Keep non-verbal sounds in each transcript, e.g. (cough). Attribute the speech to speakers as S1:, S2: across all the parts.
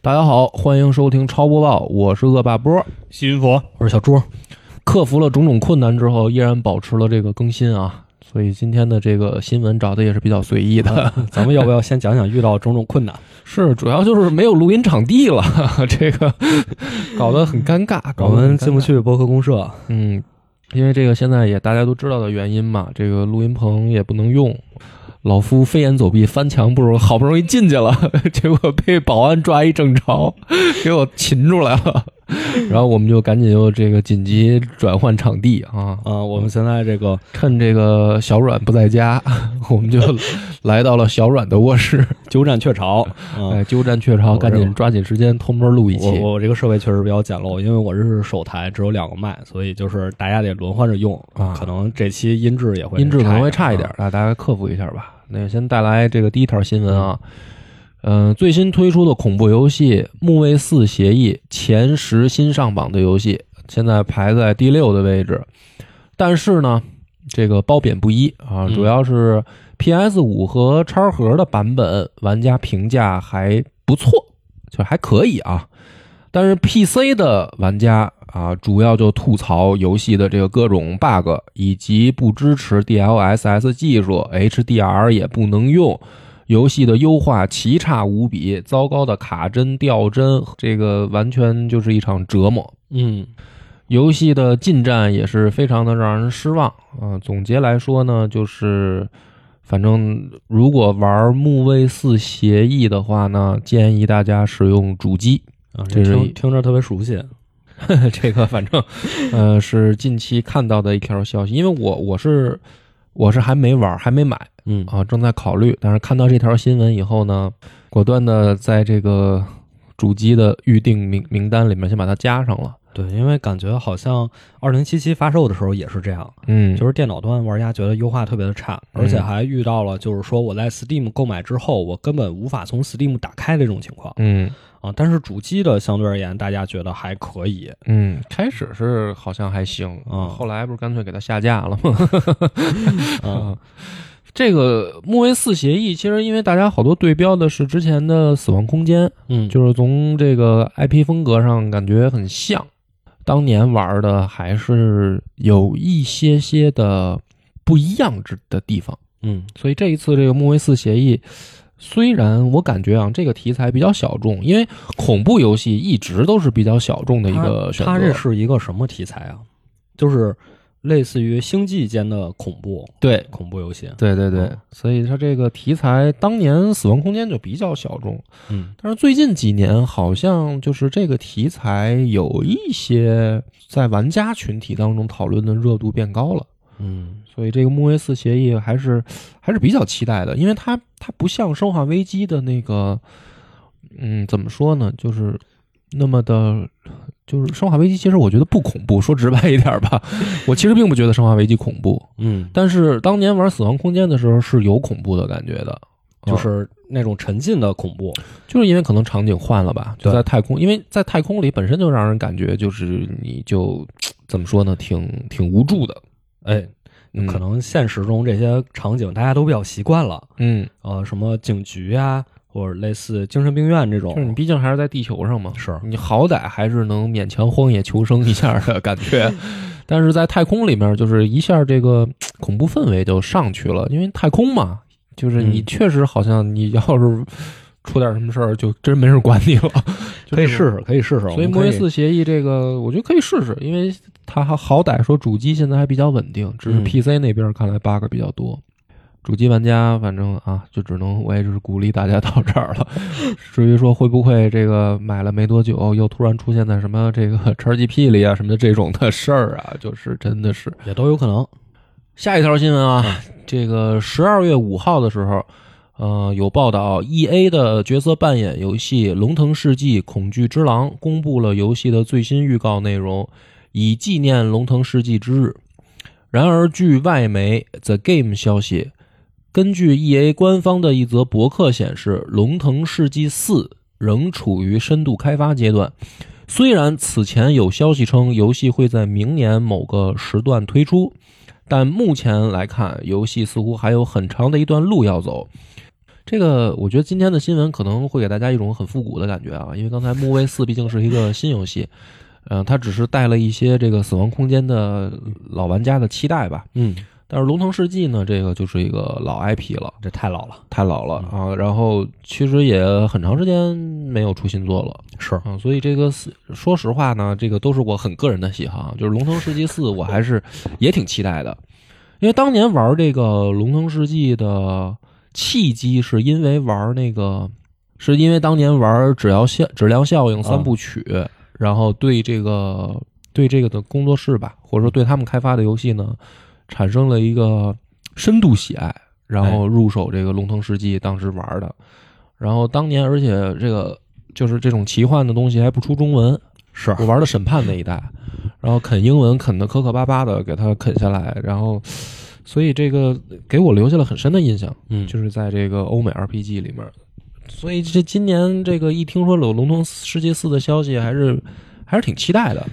S1: 大家好，欢迎收听超播报，我是恶霸波，
S2: 西云佛，
S1: 我是小朱。克服了种种困难之后，依然保持了这个更新啊，所以今天的这个新闻找的也是比较随意的。
S3: (laughs) 咱们要不要先讲讲遇到种种困难？
S1: (laughs) 是，主要就是没有录音场地了， (laughs) 这个搞得很尴尬，搞
S3: (laughs) 我
S1: 得很
S3: 们
S1: 尴尬
S3: 进不。去播客公社，
S1: 嗯，因为这个现在也大家都知道的原因嘛，这个录音棚也不能用。老夫飞檐走壁翻墙不如，好不容易进去了， (laughs) 结果被保安抓一正着， (laughs) 给我擒出来了。然后我们就赶紧又这个紧急转换场地啊，
S3: 啊、我们现在这个
S1: 趁这个小阮不在家， (laughs) 我们就来到了小阮的卧室，
S3: 鸠占鹊 (laughs) 巢，啊、
S1: 哎，鸠占鹊巢，
S3: 我
S1: 赶紧抓紧时间偷摸录一期
S3: 我。我这个设备确实比较简陋，因为我这是首台，只有两个麦，所以就是大家得轮换着用，
S1: 啊
S3: 可能这期音质也会
S1: 音质可能会差一点
S3: 啊，
S1: 啊，大家克服一下吧。那个先带来这个第一条新闻啊，嗯、最新推出的恐怖游戏《木卫四协议》前十新上榜的游戏，现在排在第六的位置，但是呢，这个褒贬不一啊，
S3: 嗯
S1: 主要是 PS 五和超盒的版本玩家评价还不错，就还可以啊。但是 PC 的玩家啊，主要就吐槽游戏的这个各种 bug，以及不支持 DLSS 技术，HDR 也不能用，游戏的优化奇差无比，糟糕的卡帧、掉帧，这个完全就是一场折磨。
S3: 嗯，
S1: 游戏的进展也是非常的让人失望啊、总结来说呢，就是反正如果玩《木卫四协议》的话呢，建议大家使用主机。
S3: 啊
S1: 这
S3: 这
S1: 是一
S3: 听听着特别熟悉， (laughs)
S1: 这个反正，呃，是近期看到的一条消息，因为我我是我是还没玩儿，还没买
S3: 嗯，
S1: 啊，正在考虑。但是看到这条新闻以后呢，果断的在这个主机的预定名名单里面先把它加上了。
S3: 对，因为感觉好像二零七七发售的时候也是这样，
S1: 嗯，
S3: 就是电脑端玩家觉得优化特别的差，
S1: 嗯
S3: 而且还遇到了就是说我在 Steam 购买之后，我根本无法从 Steam 打开这种情况
S1: 嗯
S3: 啊。但是主机的相对而言，大家觉得还可以，
S1: 嗯，开始是好像还行
S3: 啊
S1: 后来不是干脆给它下架了
S3: (laughs)
S1: 吗？ (laughs) 啊
S3: 嗯
S1: 这个《木卫四协议》其实因为大家好多对标的是之前的《死亡空间》，
S3: 嗯，
S1: 就是从这个 IP 风格上感觉很像，当年玩的还是有一些些的不一样之的地方。
S3: 嗯
S1: 所以这一次这个《木卫四协议》，虽然我感觉啊这个题材比较小众，因为恐怖游戏一直都是比较小众的一个选择。
S3: 它这是一个什么题材啊？就是类似于星际间的恐怖
S1: 对。
S3: 恐怖游戏，
S1: 对对对
S3: 嗯，
S1: 所以它这个题材当年《死亡空间》就比较小众，
S3: 嗯
S1: 但是最近几年好像就是这个题材有一些在玩家群体当中讨论的热度变高了，
S3: 嗯
S1: 所以这个木卫四协议还是还是比较期待的，因为它它不像《生化危机》的那个，嗯，怎么说呢，就是那么的。就是《生化危机》，其实我觉得不恐怖。说直白一点吧，我其实并不觉得《生化危机》恐怖，
S3: 嗯，
S1: 但是当年玩《死亡空间》的时候是有恐怖的感觉的，
S3: 就
S1: 啊
S3: 是那种沉浸的恐怖，
S1: 就是因为可能场景换了吧，就
S3: 对
S1: 在太空，因为在太空里本身就让人感觉就是你就怎么说呢，挺挺无助的，
S3: 哎，
S1: 嗯、
S3: 可能现实中这些场景大家都比较习惯了，
S1: 嗯，
S3: 呃，什么警局啊，或者类似精神病院这种
S1: 就是，你毕嗯竟还是在地球上嘛，
S3: 是
S1: 你好歹还是能勉强荒野求生一下的感 (laughs) 觉，但是在太空里面就是一下这个恐怖氛围就上去了，因为太空嘛，就是你
S3: 嗯
S1: 确实好像你要是出点什么事儿就真没人管你 (laughs) 了，就
S3: 可
S1: 这种
S3: 以试试，可以试试。我
S1: 所以
S3: 们
S1: 墨
S3: 可
S1: 菲四协议这个，我觉得可以试试，因为它好好歹说主机现在还比较稳定，只是
S3: 嗯
S1: PC 那边看来 bug 比较多。主机玩家反正啊，就只能我也是鼓励大家 (laughs) 到这儿了。至于说会不会这个买了没多久又突然出现在什么这个 (laughs) XGP 里啊什么的这种的事儿啊，就是真的是
S3: 也都有可能。
S1: 下一条新闻啊，这个十二月五号的时候，呃，有报道，E A 的角色扮演游戏《龙腾世纪：恐惧之狼》公布了游戏的最新预告内容，以纪念龙腾世纪之日。然而，据外媒 The Game 消息，根据 E A 官方的一则博客显示，《龙腾世纪四》仍处于深度开发阶段。虽然此前有消息称游戏会在明年某个时段推出，但目前来看，游戏似乎还有很长的一段路要走。这个我觉得今天的新闻可能会给大家一种很复古的感觉啊，因为刚才《墓卫四》毕竟是一个新游戏，嗯、它只是带了一些这个《死亡空间》的老玩家的期待吧。
S3: 嗯，
S1: 但是《龙腾世纪》呢，这个就是一个老 IP 了，
S3: 这太老了，嗯
S1: 太老了啊。然后其实也很长时间没有出新作了。
S3: 是
S1: 啊，所以这个四，说实话呢，这个都是我很个人的喜好，啊就是《龙腾世纪四》，我还是也挺期待的，因为当年玩这个《龙腾世纪》的契机，是因为玩那个，是因为当年玩《质量效质量效应》
S3: 嗯
S1: 三部曲，然后对这个对这个的工作室吧，或者说对他们开发的游戏呢，产生了一个深度喜爱，然后入手这个《龙腾世纪》当时玩的，然后当年而且这个。就是这种奇幻的东西还不出中文，
S3: 是
S1: 我玩的审判那一代，然后啃英文啃的磕磕巴巴的，给它啃下来，然后，所以这个给我留下了很深的印象，
S3: 嗯
S1: 就是在这个欧美 RPG 里面，所以这今年这个一听说有《龙腾世界四》的消息，还是还是挺期待的。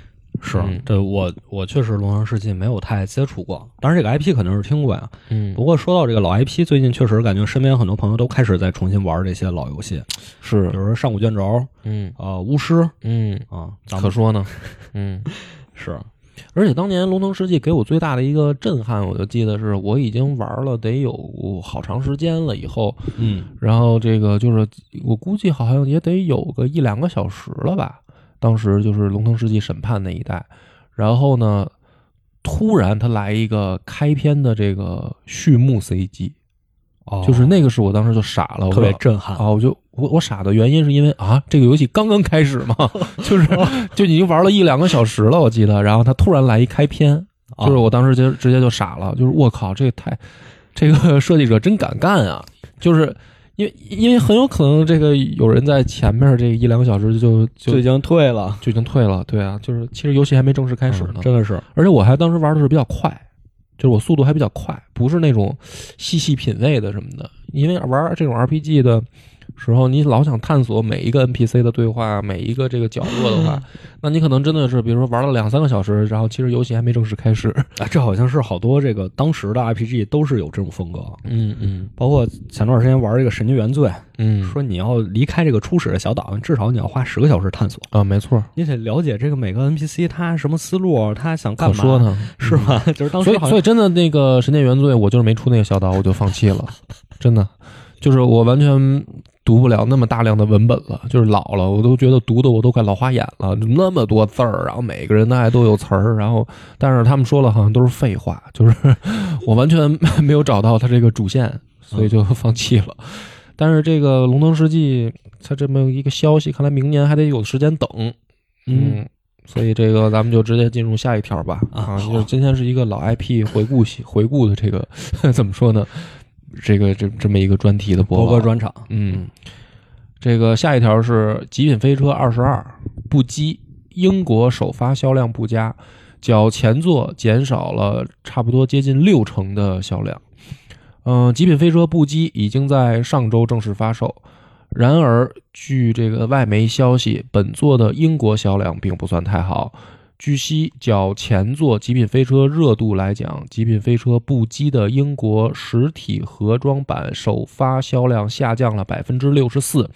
S3: 是
S1: 嗯，
S3: 这我我确实龙腾世纪没有太接触过，当然这个 IP 肯定是听过呀。
S1: 嗯
S3: 不过说到这个老 IP，最近确实感觉身边很多朋友都开始在重新玩这些老游戏，
S1: 是
S3: 比，如说《上古卷轴》
S1: 嗯
S3: 呃，《巫师》
S1: 嗯，
S3: 啊，咱
S1: 可
S3: 们
S1: 说呢，嗯。
S3: 是
S1: 而且当年《龙腾世纪》给我最大的一个震撼，我就记得是我已经玩了得有好长时间了，以后
S3: 嗯
S1: 然后这个就是我估计好像也得有个一两个小时了吧。当时就是《龙腾世纪》审判那一代，然后呢，突然他来一个开篇的这个序幕 CG，、
S3: 哦，
S1: 就是那个是我当时就傻了，我
S3: 特别
S1: 说
S3: 震撼
S1: 啊！我就我我傻的原因是因为啊，这个游戏刚刚开始嘛， (laughs) 就是
S3: 哦
S1: 就已经玩了一两个小时了，我记得。然后他突然来一开篇，
S3: 啊
S1: 就是我当时就直接就傻了，就是我靠，这太这个设计者真敢干啊！就是因为因为很有可能这个有人在前面这一两个小时就就
S3: 就已经退了，
S1: 就已经退了，对啊，就是其实游戏还没正式开始呢
S3: 嗯，真的是
S1: 而且我还当时玩的是比较快，就是我速度还比较快，不是那种细细品味的什么的。因为玩这种 RPG 的时候，你老想探索每一个 NPC 的对话，每一个这个角落 (laughs) 的话，那你可能真的是，比如说玩了两三个小时，然后其实游戏还没正式开始。
S3: 啊，这好像是好多这个当时的 RPG 都是有这种风格，
S1: 嗯嗯
S3: 包括前段时间玩这个《神经原罪》，
S1: 嗯，
S3: 说你要离开这个初始的小岛，至少你要花十个小时探索，
S1: 啊，没错，
S3: 你得了解这个每个 NPC 他什么思路，他想干
S1: 可
S3: 嘛，
S1: 说呢。
S3: 是吧？ (laughs) 就是当
S1: 所
S3: 时
S1: 以，
S3: 好
S1: 所
S3: 像
S1: 以真的那个《神界原罪》，我就是没出那个小岛，我就放弃了，真的，就是我完全读不了那么大量的文本了，就是老了，我都觉得读的我都快老花眼了，就那么多字儿，然后每个人的爱都有词儿，然后但是他们说了好像都是废话，就是 (laughs) 我完全 (laughs) 没有找到它这个主线，所以
S3: 嗯
S1: 就放弃了。但是这个《龙腾世纪》它这么一个消息，看来明年还得有时间等，
S3: 嗯。
S1: 嗯，所以这个咱们就直接进入下一条吧。啊，
S3: 啊好
S1: 就是今天是一个老 IP 回顾系回顾的这个 (laughs) 怎么说呢？这个这这么一个专题的播
S3: 博
S1: 报
S3: 哥专场，
S1: 嗯，这个下一条是《极品飞车二十二》不羁，英国首发销量不佳，较前作减少了差不多接近六成的销量。嗯、极品飞车不羁已经在上周正式发售。然而，据这个外媒消息，本作的英国销量并不算太好。据悉，较前作《极品飞车》热度来讲，《极品飞车》不羁的英国实体盒装版首发销量下降了百分之六十四。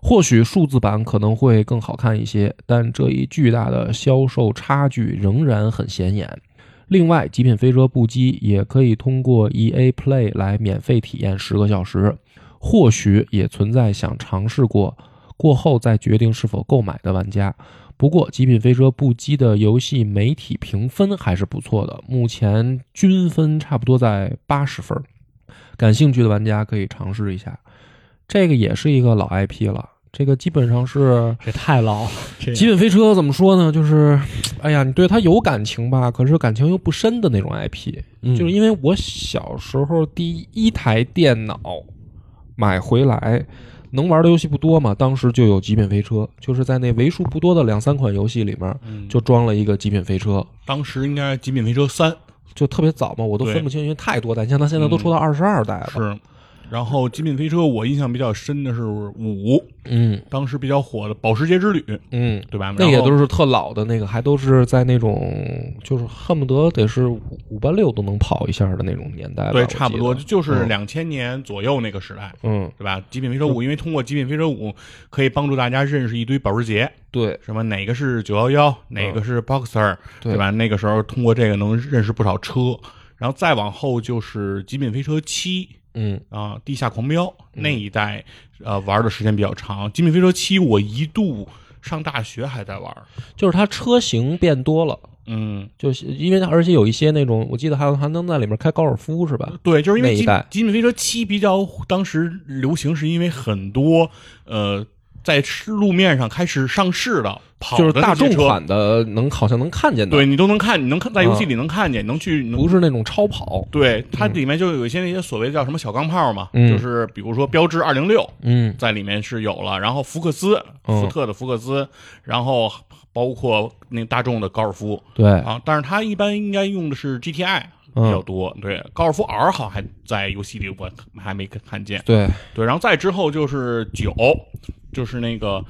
S1: 或许数字版可能会更好看一些，但这一巨大的销售差距仍然很显眼。另外，《极品飞车》不羁也可以通过 EA Play 来免费体验十个小时，或许也存在想尝试过过后再决定是否购买的玩家。不过，《极品飞车》不羁的游戏媒体评分还是不错的，目前均分差不多在八十分儿。感兴趣的玩家可以尝试一下，这个也是一个老 IP 了，这个基本上是
S3: 这太老了，这
S1: 《极品飞车》怎么说呢？就是，哎呀，你对它有感情吧，可是感情又不深的那种 IP。就是
S2: 嗯
S3: 嗯
S1: 因为我小时候第一台电脑买回来，能玩的游戏不多嘛，当时就有《极品飞车》，就是在那为数不多的两三款游戏里面，
S2: 嗯
S1: 就装了一个《极品飞车》，
S2: 当时应该是《极品飞车三》
S1: 就特别早嘛，我都
S2: 对嗯
S1: 分不清，因为太多代，你像它现在都出到二十二代了。
S2: 是然后《极品飞车》，我印象比较深的是五，
S1: 嗯
S2: 当时比较火的《保时捷之旅》，
S1: 嗯，
S2: 对吧？
S1: 那也
S2: 是
S1: 都是特老的那个，还都是在那种就是恨不得得是五五班六都能跑一下的那种年代吧。
S2: 对，
S1: 我
S2: 差不
S1: 记得
S2: 多就是
S1: 嗯
S2: 两千年左右那个时代，
S1: 嗯，
S2: 对吧？《极品飞车五》，因为通过《极品飞车五》可以帮助大家认识一堆保时捷，
S1: 对
S2: 什么哪个是九幺幺，哪个是 Boxer，、
S1: 嗯对
S2: 对吧？那个时候通过这个能认识不少车，然后再往后就是《极品飞车七》。
S1: 嗯
S2: 啊，地下狂飙那一代，呃，玩的时间比较长。《极品飞车七》我一度上大学还在玩，
S1: 就是它车型变多了。
S2: 嗯，
S1: 就是因为它而且有一些那种，我记得还有还能在里面开高尔夫是吧？
S2: 对，就是因为
S1: 那一
S2: 极
S1: 代
S2: 极品飞车七比较当时流行，是因为很多呃在路面上开始上市的跑
S1: 就是
S2: 的
S1: 大
S2: 那些
S1: 众
S2: 车，
S1: 款的能好像能看见的，
S2: 对你都能看，你能看在游戏里能看见，能去能
S1: 不是那种超跑。
S2: 对它里面就有一些那些所谓叫什么小钢炮嘛，
S1: 嗯
S2: 就是比如说标致二零六
S1: 嗯
S2: 在里面是有了，然后福克斯、
S1: 嗯
S2: 福特的福克斯，然后包括那大众的高尔夫，
S1: 对，
S2: 啊，但是它一般应该用的是 GTI
S1: 嗯
S2: 比较多，对，高尔夫 R 好像还在游戏里我还没看见，
S1: 对，
S2: 对，然后再之后就是九，就是那个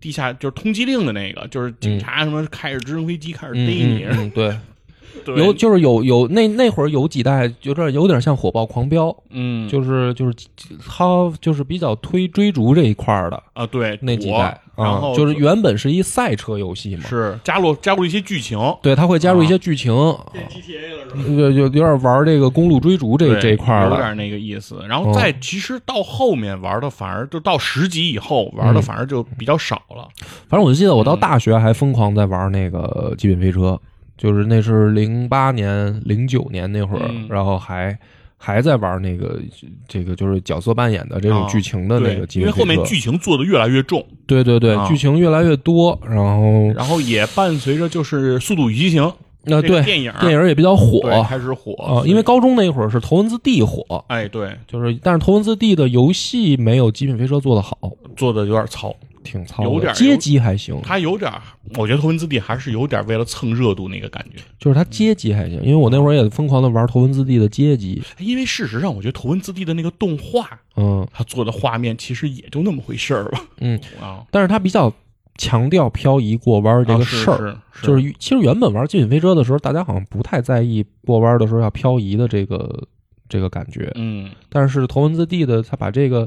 S2: 地下就是通缉令的那个，就是警察什么开着直升飞机开始逮
S1: 嗯
S2: 你，
S1: 嗯嗯，对，
S2: (laughs) 对，
S1: 有就是有有那那会儿有几代有点有点像火爆狂飙，
S2: 嗯
S1: 就是就是他就是比较推追逐这一块儿的
S2: 啊对
S1: 那几
S2: 躲
S1: 代，
S2: 然后
S1: 啊就是原本是一赛车游戏嘛，
S2: 是啊加入加入一些剧情，
S1: 对，他会加入一些剧情，呃
S3: GTA 了是吧？
S1: 有有有点玩这个公路追逐这
S2: 对
S1: 这一块儿
S2: 有
S1: 了，哦
S2: 点那个意思。然后再其实到后面玩的反而就到十级以后玩
S1: 嗯
S2: 的反而就比较少了，
S1: 反正我就记得我到
S2: 嗯
S1: 大学还疯狂在玩那个极品飞车，就是那是零八年零九年那会儿，
S2: 嗯
S1: 然后还。还在玩那个这个就是角色扮演的这种
S2: 啊
S1: 剧情的那
S2: 对
S1: 个，极品
S2: 因为
S1: 飞车，
S2: 后面剧情做的越来越重。
S1: 对对对，
S2: 啊
S1: 剧情越来越多，然后
S2: 然后也伴随着就是《速度与激情》
S1: 那
S2: 这个
S1: 啊对
S2: 电影
S1: 电影也比较火
S2: 对开始火
S1: 啊，
S2: 所以
S1: 因为高中那会儿是《头文字 D》火，
S2: 哎对
S1: 就是但是《头文字 D》的游戏没有《极品飞车》做的好，
S2: 做的有点糙，
S1: 挺糙的，
S2: 有点儿
S1: 街机还行，
S2: 他有点儿，我觉得《头文字 D》还是有点为了蹭热度那个感觉。
S1: 就是它街机还行，因为我那会儿也疯狂的玩《头文字 D》的街机，
S2: 因为事实上，我觉得《头文字 D》的那个动画，
S1: 嗯
S2: 他做的画面其实也就那么回事儿吧。
S1: 嗯，
S2: 啊，
S1: 但是它比较强调漂移过弯儿这
S2: 啊
S1: 个
S2: 是
S1: 事儿。
S2: 是是
S1: 就是其实原本玩《极品飞车》的时候，大家好像不太在意过弯儿的时候要漂移的这个这个感觉，
S2: 嗯，
S1: 但是头文字 D 的他把这个，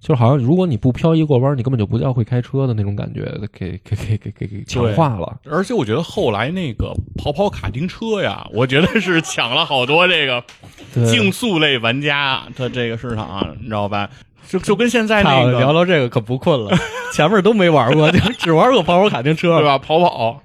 S1: 就是好像如果你不漂移过弯儿，你根本就不叫会开车的那种感觉，给给给给给给强化了。
S2: 而且我觉得后来那个跑跑卡丁车呀，我觉得是抢了好多
S3: (laughs)
S2: 这个竞速类玩家的这个市场，啊你知道吧？就就跟现在那
S3: 操，
S2: 个
S3: 聊到这个可不困 (laughs) 了，前面都没玩过， (laughs) 就只玩过跑跑卡丁车
S2: 对？吧？跑跑，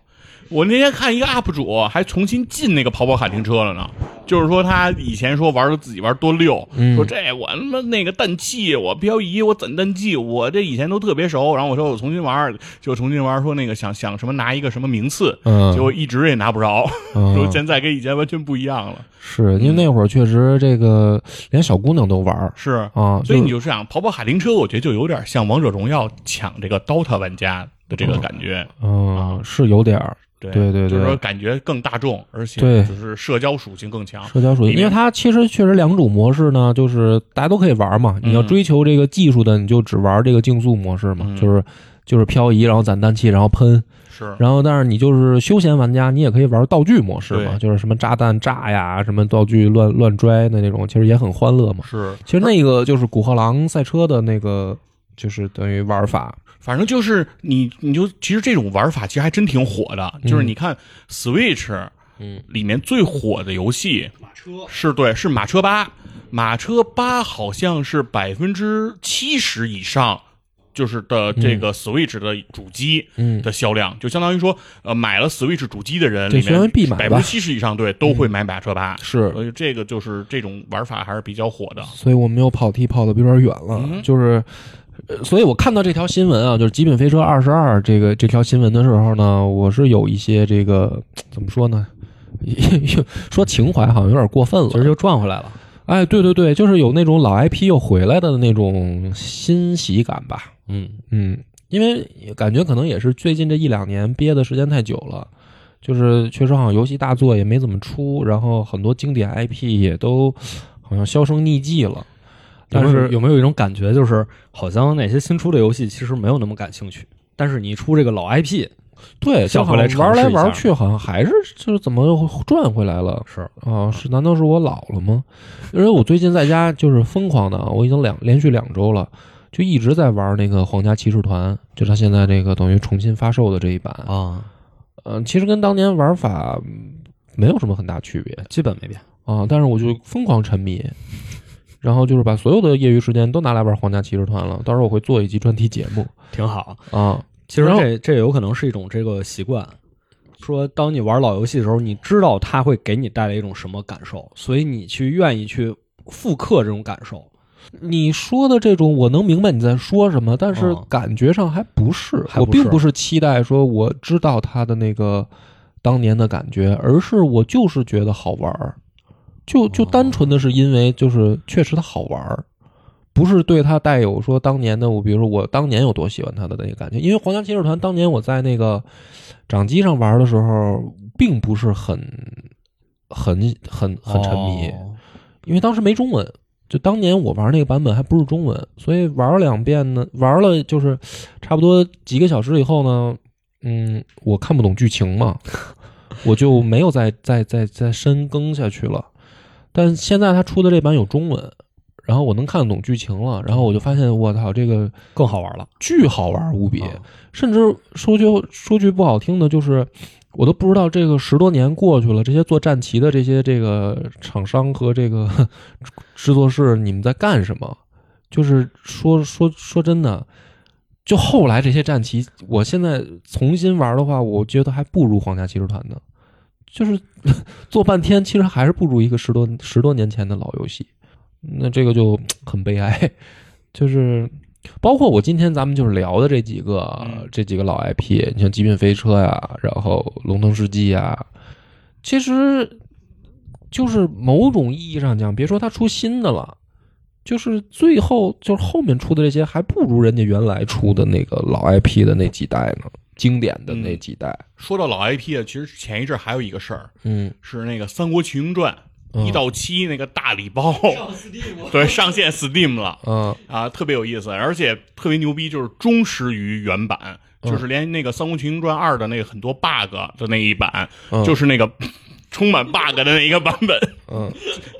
S2: 我那天看一个 UP 主还重新进那个跑跑卡丁车了呢，就是说他以前说玩的自己玩多溜，
S1: 嗯
S2: 说这我他妈那个氮气，我漂移，我攒氮气，我这以前都特别熟。然后我说我重新玩，就重新玩，说那个想想什么拿一个什么名次，
S1: 嗯，
S2: 结果一直也拿不着，说
S1: 嗯
S2: 现在跟以前完全不一样了，
S1: 是因为那会儿确实这个连小姑娘都玩儿
S2: 是。
S1: 啊，
S2: 所以你
S1: 就
S2: 就想跑跑卡丁车，我觉得就有点像王者荣耀抢这个 DOTA 玩家的这个感觉。
S1: 嗯是有点儿
S2: 啊对
S1: 对对
S2: 就是
S1: 对
S2: 说感觉更大众，而且
S1: 对
S2: 就是社交属性更强。
S1: 社交属性，
S2: 里面
S1: 啊因为它其实确实两种模式呢，就是大家都可以玩嘛。
S2: 嗯
S1: 你要追求这个技术的，你就只玩这个竞速模式嘛，
S2: 嗯
S1: 就是就是漂移，然后攒氮气，然后喷，
S2: 是，
S1: 然后，但是你就是休闲玩家，你也可以玩道具模式嘛，
S2: 对
S1: 就是什么炸弹炸呀，什么道具乱乱拽的那种，其实也很欢乐嘛。
S2: 是，
S1: 其实那个就是古惑狼赛车的那个，就是等于玩法，
S2: 反正就是你，你就其实这种玩法其实还真挺火的。就是你看 Switch
S1: 嗯
S2: 里面最火的游戏，马车是对，是马车八，马车八好像是百分之七十以上。就是的，这个 Switch 的主机
S1: 嗯
S2: 的销量，就相当于说，呃，买了 Switch 主机的人
S1: 对
S2: 里
S1: 相当于
S2: 面
S1: 必买吧嗯
S2: 百分之七十以上，对，都会买马车八。
S1: 是。
S2: 所以这个就是这种玩法还是比较火的。
S1: 所以我们又跑题跑的有点远了，
S2: 嗯
S1: 就是，呃所以我看到这条新闻啊，就是《极品飞车二十二》这个这条新闻的时候呢，我是有一些这个怎么说呢？ (laughs) 说情怀好像有点过分了，
S3: 其实就转回来了。
S1: 哎，对对对，就是有那种老 IP 又回来的那种欣喜感吧。
S3: 嗯，
S1: 嗯，因为感觉可能也是最近这一两年憋的时间太久了，就是确实好像游戏大作也没怎么出，然后很多经典 IP 也都好像销声匿迹了。
S3: 但
S1: 但
S3: 是
S1: 是
S3: 有没有一种感觉，就是好像那些新出的游戏其实没有那么感兴趣，但是你一出这个老 IP
S1: 对，
S3: 想
S1: 就好
S3: 回来
S1: 像玩
S3: 尝试
S1: 来
S3: 一下
S1: 玩去，好像还是就是怎么又转回来了
S3: 是
S1: 啊？是难道是我老了吗？因为我最近在家就是疯狂的啊，我已经两连续两周了，就一直在玩那个《皇家骑士团》，就它现在这个等于重新发售的这一版，
S3: 啊，
S1: 嗯、其实跟当年玩法嗯没有什么很大区别
S3: 基本没变。
S1: 啊，但是我就疯狂沉迷。然后就是把所有的业余时间都拿来玩《皇家骑士团》了，到时候我会做一集专题节目
S3: 挺好。
S1: 啊。
S3: 其实
S1: 然后
S3: 这这有可能是一种这个习惯，说当你玩老游戏的时候，你知道它会给你带来一种什么感受，所以你去愿意去复刻这种感受，
S1: 你说的这种，我能明白你在说什么，但是
S3: 嗯
S1: 感觉上还不是。
S3: 还
S1: 我
S3: 不是
S1: 并不是期待说我知道他的那个当年的感觉，而是我就是觉得好玩儿，
S3: 哦
S1: 就就单纯的是因为就是确实它好玩儿，不是对它带有说当年的我，比如说我当年有多喜欢它的那个感觉。因为皇家骑士团当年我在那个掌机上玩的时候，并不是很很很很沉迷。
S3: 哦
S1: 因为当时没中文，就当年我玩那个版本还不是中文，所以玩了两遍呢，玩了就是差不多几个小时以后呢，嗯，我看不懂剧情嘛，我就没有再再再再深耕下去了。但现在它出的这版有中文，然后我能看得懂剧情了，然后我就发现我操，这个
S3: 更好玩了。
S1: 巨好玩无比，
S3: 啊
S1: 甚至说句说句不好听的，就是我都不知道这个十多年过去了，这些做战旗的这些这个厂商和这个制作室，你们在干什么？就是说说说真的，就后来这些战旗，我现在重新玩的话，我觉得还不如皇家骑士团呢。就是 (laughs) 做半天，其实还是不如一个十多十多年前的老游戏，那这个就很悲哀。就是包括我今天咱们就是聊的这几个、
S2: 嗯
S1: 这几个老 IP，你像《极品飞车》呀，然后《龙腾世纪》呀，其实就是某种意义上讲，别说它出新的了，就是最后就是后面出的这些，还不如人家原来出的那个老 IP 的那几代呢，经典的
S2: 嗯
S1: 那几代。
S2: 说到老 IP 啊，其实前一阵还有一个事儿，
S1: 嗯，
S2: 是那个《三国群英传》
S1: 嗯
S2: 一到七那个大礼包，对，上线 Steam 了
S1: 嗯
S2: 啊，特别有意思，而且特别牛逼，就是忠实于原版，
S1: 嗯
S2: 就是连那个《三国群英传二》的那个很多 bug 的那一版，
S1: 嗯
S2: 就是那个 (laughs) 充满 bug 的那一个版本，
S1: 嗯，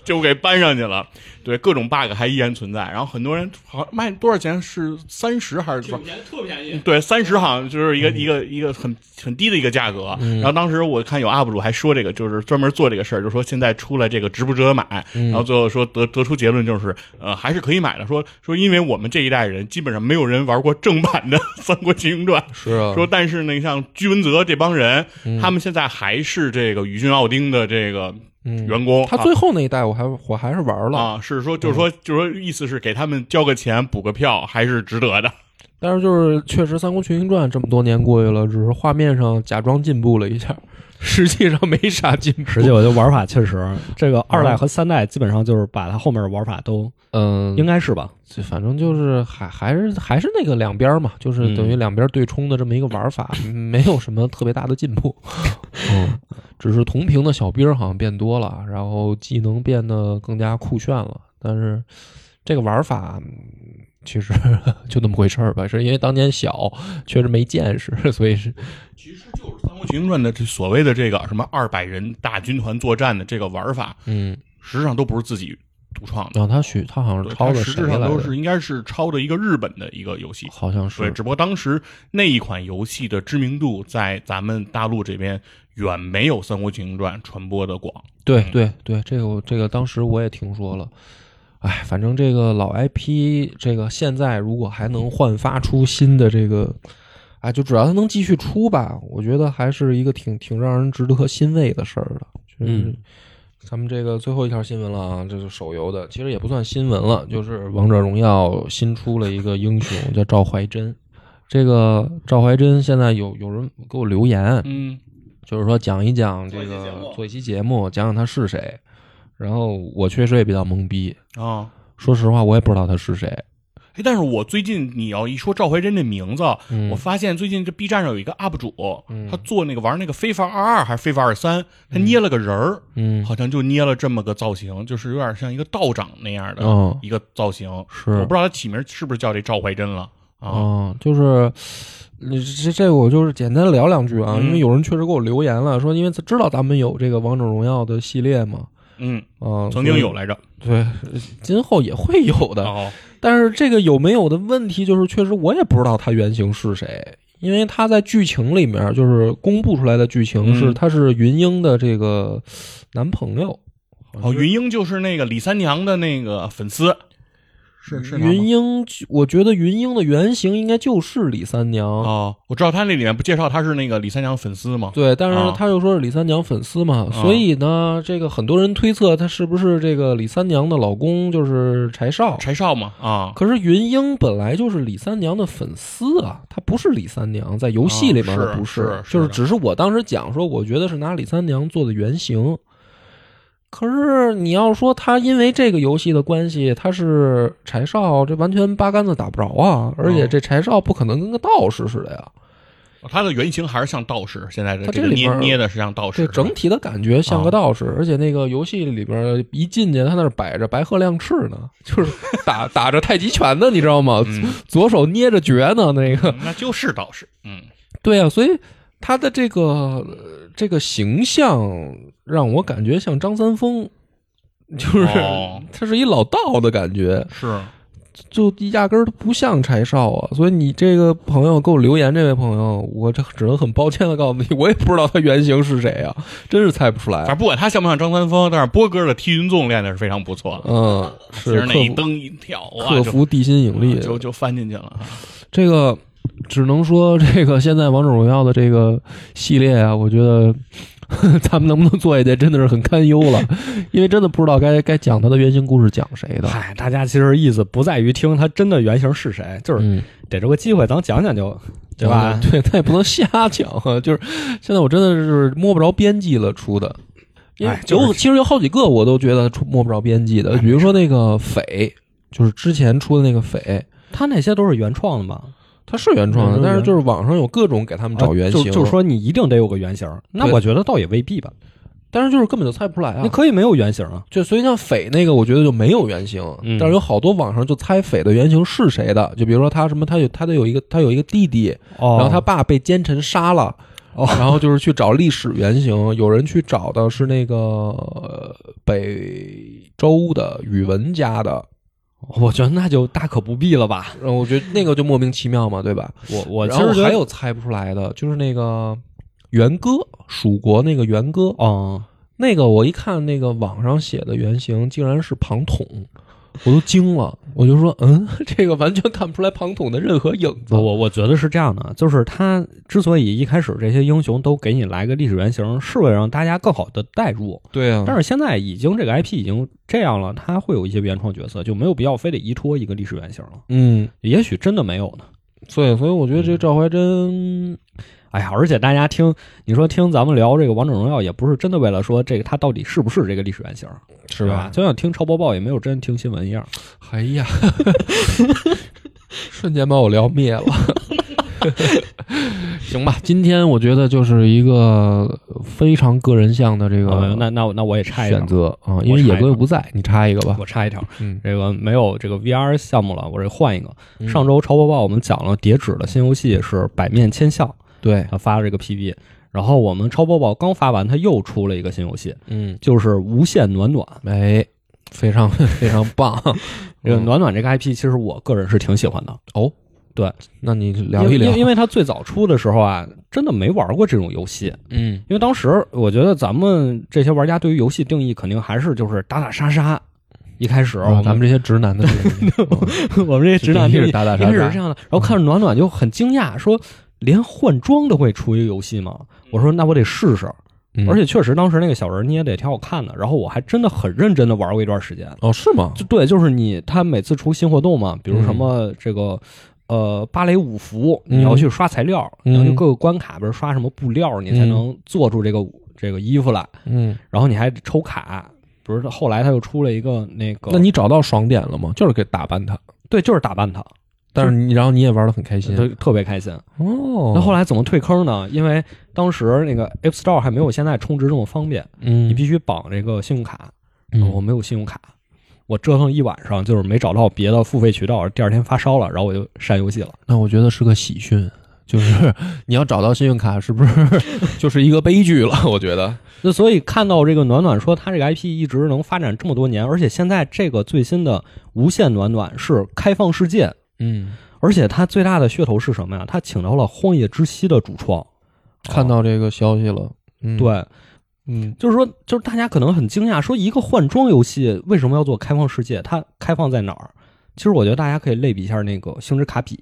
S2: 就给搬上去了。对，各种 bug 还依然存在。然后很多人好像卖多少钱是三十还是多少？
S4: 便宜，特便宜。嗯
S2: 对，三十好像就是一个、一个一个很很低的一个价格。然后当时我看有 UP 主还说这个，就是专门做这个事儿，就说现在出了这个值不值得买。然后最后说得得出结论就是，呃，还是可以买的。说说因为我们这一代人基本上没有人玩过正版的《三国群英传》。
S1: 是啊，嗯
S2: 说，但是呢，像居文泽这帮人，他们现在还是这个宇峻奥丁的这个员工。
S1: 嗯他
S2: 啊
S1: 最后那一代我还我还是玩了，
S2: 啊，是说，就是说，就是说，意思是给他们交个钱补个票，还是值得的。
S1: 但是就是确实《三国群英传》这么多年过去了，只是画面上假装进步了一下， (laughs) 实际上没啥进步。
S3: 实际，我觉得玩法确 (laughs) 实，这个二代和三代基本上就是把它后面的玩法都
S1: 嗯，
S3: 应该是吧，
S1: 这反正就是还还是还是那个两边嘛，就是等于两边对冲的这么一个玩法，嗯没有什么特别大的进步。嗯， (laughs) 只是同屏的小兵好像变多了，然后技能变得更加酷炫了，但是这个玩法。嗯其实 (laughs) 就那么回事儿吧，是因为当年小，确实没见识，所以是
S2: 其实就是《三国群英传》的这所谓的这个什么二百人大军团作战的这个玩法，
S1: 嗯，
S2: 实质上都不是自己独创的，
S1: 然后他许他好像是
S2: 对
S1: 抄
S2: 它
S1: 的
S2: 实
S1: 谁
S2: 质上
S1: 来
S2: 都
S1: 着？
S2: 是应该是抄的一个日本的一个游戏。
S1: 好像
S2: 对，
S1: 是，
S2: 只不过当时那一款游戏的知名度在咱们大陆这边远没有《三国群英传》传播的广。
S1: 对
S2: 嗯
S1: 对对，这个我这个当时我也听说了。哎，反正这个老 IP，这个现在如果还能焕发出新的这个，哎，就只要它能继续出吧，我觉得还是一个挺挺让人值得欣慰的事儿的。就是
S3: 嗯
S1: 咱们这个最后一条新闻了啊，这是手游的，其实也不算新闻了，就是《王者荣耀》新出了一个英雄叫赵怀真。这个赵怀真现在有有人给我留言，
S2: 嗯，
S1: 就是说讲一讲这
S4: 做一期节
S1: 个
S4: 目
S1: 做一期节目，讲讲他是谁。然后我确实也比较懵逼，
S2: 啊、
S1: 说实话我也不知道他是谁。
S2: 哎，但是我最近你要一说赵怀真这名字，
S1: 嗯
S2: 我发现最近这 B 站上有一个 UP 主，他做那个玩那个非法二二还是非法二三，他捏了个人儿，
S1: 嗯
S2: 好像就捏了这么个造型，就是有点像一个道长那样的
S1: 哦
S2: 一个造型。
S1: 是
S2: 我不知道他起名是不是叫这赵怀真了啊？
S1: 嗯，就是你这这我就是简单聊两句啊，
S2: 嗯
S1: 因为有人确实给我留言了，说因为他知道咱们有这个王者荣耀的系列嘛，
S2: 嗯，
S1: 啊、
S2: 曾经有来着。
S1: 所以，对，呃今后也会有的。
S2: 哦，
S1: 但是这个有没有的问题，就是确实我也不知道他原型是谁，因为他在剧情里面就是公布出来的剧情是、
S2: 嗯
S1: 他是云英的这个男朋友，嗯
S2: 哦，云英就是那个李三娘的那个粉丝，是是他吗
S1: 云英，我觉得云英的原型应该就是李三娘。
S2: 哦，我知道他那里面不介绍他是那个李三娘粉丝吗？
S1: 对，但是
S2: 啊
S1: 他又说是李三娘粉丝嘛，
S2: 啊
S1: 所以呢，这个很多人推测他是不是这个李三娘的老公就是柴少。
S2: 柴少嘛啊，
S1: 可是云英本来就是李三娘的粉丝啊，她不是李三娘，在游戏里面
S2: 啊
S1: 她
S2: 是
S1: 不
S2: 是是
S1: 就是
S2: 的
S1: 只是我当时讲说，我觉得是拿李三娘做的原型。可是你要说她因为这个游戏的关系，她是柴少，这完全八竿子打不着啊！而且
S2: 哦
S1: 这柴少不可能跟个道士似的呀，
S2: 他的原型还是像道士，现在的
S1: 他
S2: 这
S1: 这
S2: 个
S1: 里
S2: 捏
S1: 面
S2: 捏的是啊像道士
S1: 这，整体的感觉像个道士。而且那个游戏里边一进去，他那儿摆着白鹤亮翅呢，就是打 (laughs) 打着太极拳呢，你知道吗？
S2: 嗯
S1: (laughs) 左手捏着诀呢，那个。
S2: 嗯那就是道士，嗯
S1: 对啊，所以他的这个呃这个形象让我感觉像张三丰，就是、
S2: 哦
S1: 他是一老道的感觉，
S2: 是
S1: 就压根儿他不像柴少啊。所以你这个朋友给我留言，这位朋友，我这只能很抱歉的告诉你，我也不知道他原型是谁啊，真是猜不出
S2: 反
S1: 来。
S2: 正不管他像不像张三丰，但是波哥的踢云纵练的是非常不错的，
S1: 嗯，
S2: 其
S1: 是
S2: 实那
S1: 克
S2: 一
S1: 服
S2: 蹬一跳啊，
S1: 克服地心引力，
S2: 就就就翻进去了啊，
S1: 这个只能说，这个现在王者荣耀的这个系列啊，我觉得 (laughs) 呵呵咱们能不能做下去，真的是很堪忧了，因为真的不知道该该讲它的原型故事讲谁的。
S3: 嗨，大家其实意思不在于听他真的原型是谁，就是
S1: 嗯，
S3: 逮着个机会咱讲讲就，对吧？
S1: 对，他也不能瞎讲啊。就是现在我真的是摸不着边际了，出的。因为
S3: 哎就是哎
S1: 有其实有好几个我都觉得出摸不着边际的，比如说那个匪，就是之前出的那个匪，
S3: 他那些都是原创的嘛，
S1: 它是原创的，
S3: 嗯
S1: 但是就是网上有各种给他们嗯找原型，
S3: 啊就就是说你一定得有个原型，那
S1: 对
S3: 我觉得倒也未必吧，
S1: 但是就是根本就猜不出来啊。
S3: 你可以没有原型啊。
S1: 就所以像匪那个，我觉得就没有原型，
S3: 嗯
S1: 但是有好多网上就猜匪的原型是谁的，就比如说他什么，他有他得有一个他有一个弟弟，
S3: 哦，
S1: 然后他爸被奸臣杀了，
S3: 哦
S1: 然后就是去找历史原型，有人去找的是那个、呃北周的宇文家的，
S3: 我觉得那就大可不必了吧。
S1: 然后我觉得那个就莫名其妙嘛，对吧？
S3: 我我其
S1: 然后
S3: 实觉得
S1: 还有猜不出来的，就是那个元歌，蜀国那个元歌，
S3: 哦，
S1: 那个我一看那个网上写的原型竟然是庞统，我都惊了，我就说，嗯， (laughs) 这个完全看不出来庞统的任何影子。
S3: 我我觉得是这样的，就是他之所以一开始这些英雄都给你来个历史原型，是为了让大家更好的代入。
S1: 对啊
S3: 但是现在已经这个 IP 已经这样了，他会有一些原创角色，就没有必要非得依托一个历史原型了。
S1: 嗯，
S3: 也许真的没有呢。
S1: 所以所以我觉得这赵怀真，
S3: 哎呀，而且大家听你说听咱们聊这个王者荣耀，也不是真的为了说这个他到底是不是这个历史原型，
S1: 是
S3: 对吧？？就像听超播报也没有真听新闻一样。
S1: 哎呀， (laughs) 瞬间把我聊灭了。行吧，今天我觉得就是一个非常个人向的这
S3: 呃
S1: 个
S3: 那那我那我也插一
S1: 选
S3: 条，
S1: 择啊，因为
S3: 我插
S1: 野
S3: 一
S1: 哥
S3: 个
S1: 又不在，你插一个吧。
S3: 我插一条，
S1: 嗯，
S3: 这个没有这个 VR 项目了，我这换一个。
S1: 嗯
S3: 上周超播报我们讲了叠纸的新游戏是《百面千笑》，
S1: 对，
S3: 它发了这个 PV。然后我们超播报刚发完，它又出了一个新游戏，
S1: 嗯，
S3: 就是《无限暖暖》。
S1: (laughs) 哎，非常非常棒。
S3: 这个
S1: 嗯
S3: 暖暖这个 IP，其实我个人是挺喜欢的。
S1: 哦，
S3: 对，
S1: 那你聊一
S3: 因为
S1: 聊，
S3: 因为因为它最早出的时候啊，真的没玩过这种游戏。
S1: 嗯，
S3: 因为当时我觉得咱们这些玩家对于游戏定义肯定还是就是打打杀杀。一开始我
S1: 啊
S3: 们、
S1: 咱们这些直 (laughs) 男的这个嗯
S3: (laughs) 我们这些直男
S1: 定义
S3: 定
S1: 是
S3: 义
S1: 打打
S3: 一
S1: 杀
S3: 开始是这
S1: 杀，
S3: 样的，然后看着暖暖就很惊讶，说连换装都会出一个游戏吗？我说那我得试试，
S1: 嗯
S3: 而且确实当时那个小人捏的也挺好看的，然后我还真的很认真的玩过一段时间。
S1: 哦是吗？
S3: 就对，就是你他每次出新活动嘛，比如
S1: 嗯
S3: 什么这个。呃，芭蕾舞服
S1: 嗯
S3: 你要去刷材料，
S1: 嗯
S3: 你要去各个关卡，比如刷什么布料，你才能做出这个这个衣服来。
S1: 嗯，
S3: 然后你还得抽卡，比如说后来他又出了一个那个，
S1: 那你找到爽点了吗？就是给打扮他，
S3: 对，就是打扮它，
S1: 但是你然后你也玩的很开心
S3: 特特别开心。
S1: 哦。
S3: 那后来怎么退坑呢？因为当时那个 App Store 还没有现在充值这么方便，
S1: 嗯，
S3: 你必须绑这个信用卡。哦
S1: 嗯
S3: 我没有信用卡，我折腾一晚上，就是没找到别的付费渠道，第二天发烧了，然后我就删游戏了。
S1: 那我觉得是个喜讯，就是你要找到信用卡，是不是 (laughs) 就是一个悲剧了？我觉得，
S3: 那所以看到这个暖暖说他这个 IP 一直能发展这么多年，而且现在这个最新的无限暖暖是开放世界，
S1: 嗯，
S3: 而且它最大的噱头是什么呀？它请到了《荒野之息》的主创，哦
S1: 看到这个消息了，嗯，，
S3: 对，
S1: 嗯
S3: 就是说，就是大家可能很惊讶，说一个换装游戏为什么要做开放世界？它开放在哪儿？其实我觉得大家可以类比一下那个《星之卡比》，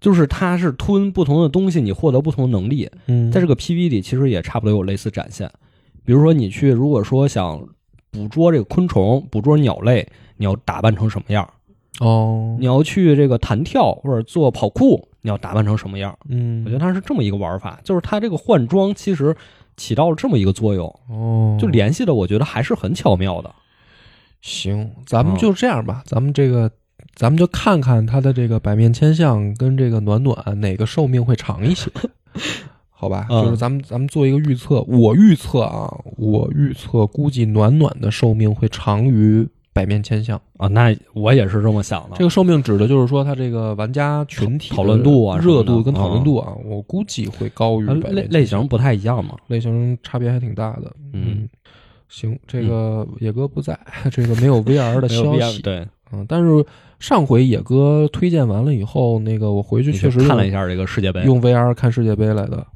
S3: 就是它是吞不同的东西，你获得不同的能力，
S1: 嗯，
S3: 在这个 PV 里其实也差不多有类似展现。比如说，你去如果说想捕捉这个昆虫、捕捉鸟类，你要打扮成什么样儿？
S1: 哦
S3: 你，要去这个弹跳或者做跑酷，你要打扮成什么样儿？
S1: 嗯，
S3: 我觉得它是这么一个玩法，就是它这个换装其实起到了这么一个作用。
S1: 哦，
S3: 就联系的，我觉得还是很巧妙的。
S1: 行，咱们
S3: 哦
S1: 就这样吧，咱们这个。咱们就看看它的这个百面千相跟这个暖暖哪个寿命会长一
S3: (laughs)
S1: 些，好吧？
S3: 嗯
S1: 就是咱们咱们做一个预测，我预测啊，我预测估计暖暖的寿命会长于百面千相。
S3: 啊，那我也是这么想的。
S1: 这个寿命指的就是说，它这个玩家群体的
S3: 讨论度啊什么的
S1: 热度跟讨论度啊，我估计会高于
S3: 呃
S1: 百
S3: 类
S1: 分之
S3: 类型不太一样嘛。
S1: 类型差别还挺大的。
S3: 嗯，
S1: 行，这个野哥不在，这个没有 VR 的
S3: 没有
S1: 消
S3: 必要
S1: 息。
S3: 对，
S1: 嗯，但是上回野哥推荐完了以后，那个我回去
S3: 你
S1: 确实
S3: 看
S1: 用
S3: 了一下这个世界杯，
S1: 用 VR 看世界杯来的，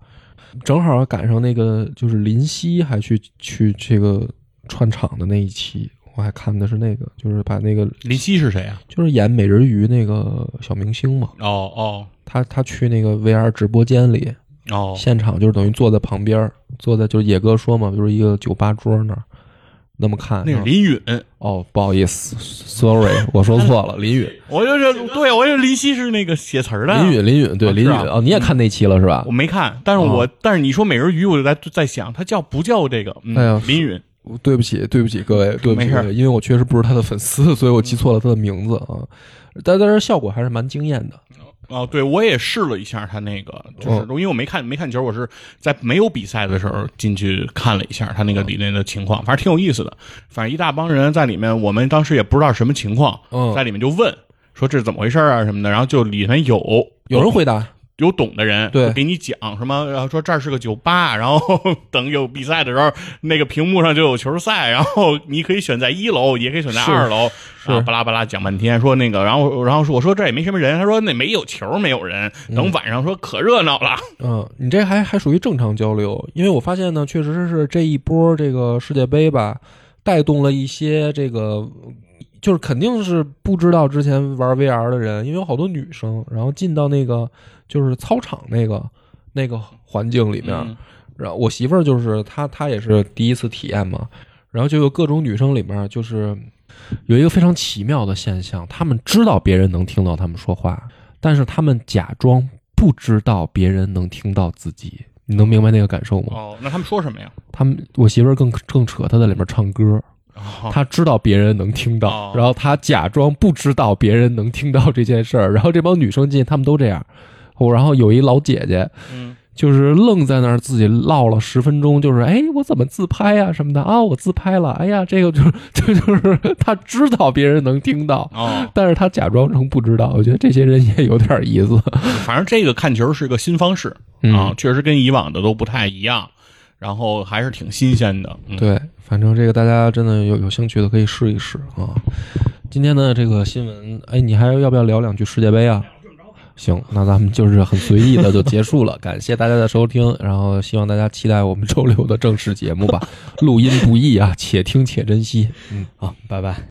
S1: 正好赶上那个就是林夕还去去这个串场的那一期，我还看的是那个，就是把那个
S2: 林夕是谁啊？
S1: 就是演美人鱼那个小明星嘛。
S2: 哦哦
S1: 他他去那个 VR 直播间里，
S2: 哦，
S1: 现场就是等于坐在旁边儿，坐在就是野哥说嘛，就是一个酒吧桌那儿，那么看。
S2: 那是
S1: 然后
S2: 林允，
S1: 哦，不好意思，sorry，我说错了，林允，
S2: 我就是对，我就是林夕是那个写词儿的，
S1: 林允，林允，对，
S2: 啊
S1: 林允。
S2: 是啊
S1: 哦，你也看那期了是吧
S2: 我？没看，但是
S1: 哦
S2: 我、但是你说美人鱼，我就在在想，他叫不叫这个？嗯，
S1: 哎呀
S2: 林允，
S1: 对不起，对不起各位，对不起
S2: 没事
S1: 各位，因为我确实不是他的粉丝，所以我记错了他的名字啊。但但是效果还是蛮惊艳的。
S2: 哦，对，我也试了一下他那个，就是
S1: 嗯
S2: 因为我没看没看球，我是在没有比赛的时候进去看了一下他那个
S1: 嗯
S2: 里面的情况，反正挺有意思的。反正一大帮人在里面，我们当时也不知道什么情况，
S1: 嗯
S2: 在，里面就问说这是怎么回事啊什么的，然后就里面有
S1: 有人回答，
S2: 有懂的人，
S1: 对
S2: 就给你讲什么，然后说这儿是个酒吧， (laughs) 然后等有比赛的时候，那个屏幕上就有球赛，然后你可以选在一楼，也可以选在
S1: 是
S2: 二楼，
S1: 是
S2: 啊，巴拉巴拉讲半天，说那个，然后然后说我说这也没什么人，他说那没有球，没有人，等晚上说可热闹了，
S1: 嗯，你这还还属于正常交流，因为我发现呢，确实是这一波这个世界杯吧，带动了一些这个，就是肯定是不知道之前玩 VR 的人，因为有好多女生，然后进到那个就是操场那个那个环境里面，
S2: 嗯
S1: 然后我媳妇儿就是她，她也是第一次体验嘛，然后就有各种女生里面就是有一个非常奇妙的现象，她们知道别人能听到她们说话，但是她们假装不知道别人能听到自己。你能明白那个感受吗？
S2: 哦，那他们说什么呀？
S1: 她们我媳妇儿更更扯，她在里面唱歌，
S2: 哦
S1: 她知道别人能听到
S2: 哦，
S1: 然后她假装不知道别人能听到这件事儿，然后这帮女生进，她们都这样。我然后有一老姐姐，
S2: 嗯，
S1: 就是愣在那儿自己唠了十分钟，就是哎，我怎么自拍呀、什么的啊，我自拍了，哎呀，这个就是 (laughs) 这就是他知道别人能听到，
S2: 哦，
S1: 但是他假装成不知道。我觉得这些人也有点意思。
S2: 反正这个看球是个新方式啊，
S1: 嗯，
S2: 确实跟以往的都不太一样，然后还是挺新鲜的，嗯，
S1: 对，反正这个大家真的有有兴趣的可以试一试啊。今天的这个新闻，哎，你还要不要聊两句世界杯啊？行，那咱们就是很随意的就结束了，感谢大家的收听，然后希望大家期待我们周六的正式节目吧，录音不易啊，且听且珍惜。
S3: 好，拜拜。